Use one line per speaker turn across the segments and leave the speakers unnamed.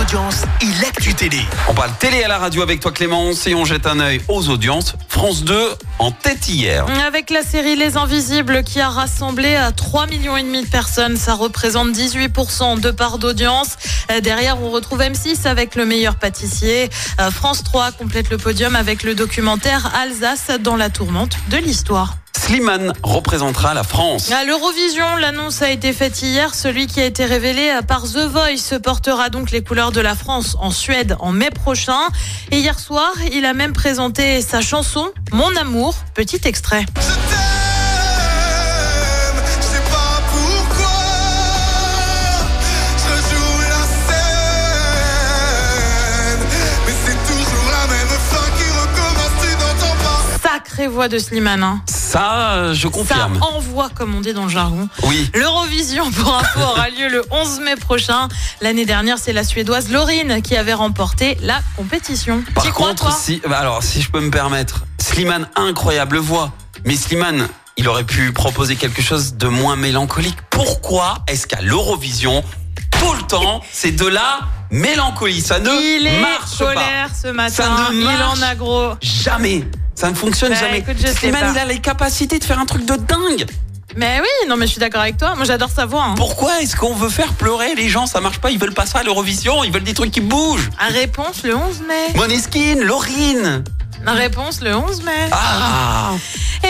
audiences et l'actu télé.
On parle télé à la radio avec toi Clémence et on jette un œil aux audiences. France 2 en tête hier.
Avec la série Les Invisibles qui a rassemblé à 3 millions et demi de personnes, ça représente 18% de part d'audience. Euh, Derrière, on retrouve M6 avec Le meilleur pâtissier. Euh, France 3 complète le podium avec le documentaire Alsace dans la tourmente de l'histoire.
Slimane représentera la France.
À l'Eurovision, l'annonce a été faite hier. Celui qui a été révélé euh, par The Voice se portera donc les couleurs de la France en Suède en mai prochain. Et hier soir, il a même présenté sa chanson Mon amour, petit extrait.
Je t'aime, je sais pas pourquoi. Je joue la scène, mais c'est toujours la même fin qui recommence. Tu n'entends pas
Sacrée voix de Slimane. hein.
Ça, euh, je
Ça
confirme.
envoie, comme on dit dans le jargon.
Oui.
L'Eurovision pour info aura lieu le 11 mai prochain. L'année dernière, c'est la Suédoise Laurine qui avait remporté la compétition.
Par
T'y crois,
contre,
toi
si, bah alors si je peux me permettre, Slimane incroyable voix, mais Slimane, il aurait pu proposer quelque chose de moins mélancolique. Pourquoi est-ce qu'à l'Eurovision, tout le temps, c'est de la mélancolie Ça ne
Il est
marche pas.
colère ce matin.
Ça ne
Il
marche
en a gros.
Jamais. Ça ne fonctionne
Bah,
jamais.
écoute, je sais
Slimane,
pas.
il a les capacités de faire un truc de dingue.
Mais oui, non, mais je suis d'accord avec toi. Moi, j'adore sa voix. hein.
Pourquoi est-ce qu'on veut faire pleurer les gens Ça marche pas, ils veulent pas ça à l'Eurovision, ils veulent des trucs qui bougent.
La réponse le 11 mai.
Moneskin, Laurine.
La réponse le 11 mai.
Ah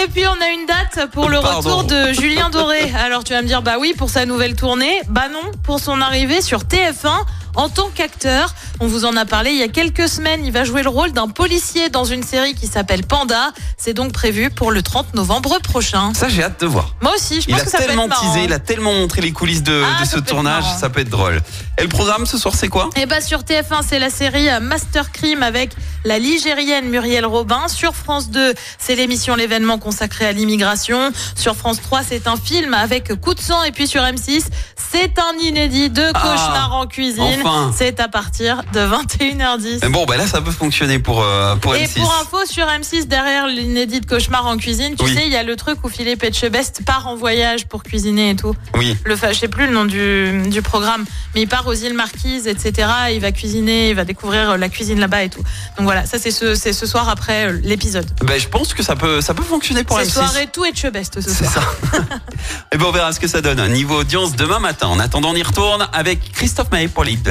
Et puis, on a une date pour le
Pardon.
retour de Julien Doré. Alors, tu vas me dire, bah oui, pour sa nouvelle tournée. Bah non, pour son arrivée sur TF1 en tant qu'acteur. On vous en a parlé il y a quelques semaines. Il va jouer le rôle d'un policier dans une série qui s'appelle Panda. C'est donc prévu pour le 30 novembre prochain.
Ça, j'ai hâte de voir.
Moi aussi, je
Il
pense
a
que ça peut être
tellement
marrant. hein.
teasé, il a tellement montré les coulisses de,
Ah,
de
ça
ce
peut être
tournage,
marrant.
ça peut être drôle. Et le programme ce soir, c'est quoi
Et bah sur TF1, c'est la série euh, Master Crime avec la Ligérienne Muriel Robin. Sur France 2, c'est l'émission L'événement consacrée à l'immigration. Sur France 3, c'est un film avec coup de sang. Et puis sur M6, c'est un inédit de
Ah,
Cauchemar en cuisine.
enfin.
C'est à partir de 21h10.
Mais Bon, bah là, ça peut fonctionner pour, euh, pour
Et
M6.
pour info, sur M6, derrière l'inédit de Cauchemar en cuisine, tu
Oui.
sais, il y a le truc où Philippe Etchebest part en voyage pour cuisiner et tout
Oui.
le, fa- je sais plus le nom du, du programme, mais il part aux îles Marquises, etc. Il va cuisiner, il va découvrir euh, la cuisine là-bas et tout. Donc voilà, ça c'est ce, c'est ce soir après euh, l'épisode.
Bah, je pense que ça peut, ça peut fonctionner pour
C'est
M6.
soirée tout et de chebest ce
C'est
soir.
ça. Et ben on verra ce que ça donne. Niveau audience demain matin. En attendant, on y retourne avec Christophe Maé pour l'île de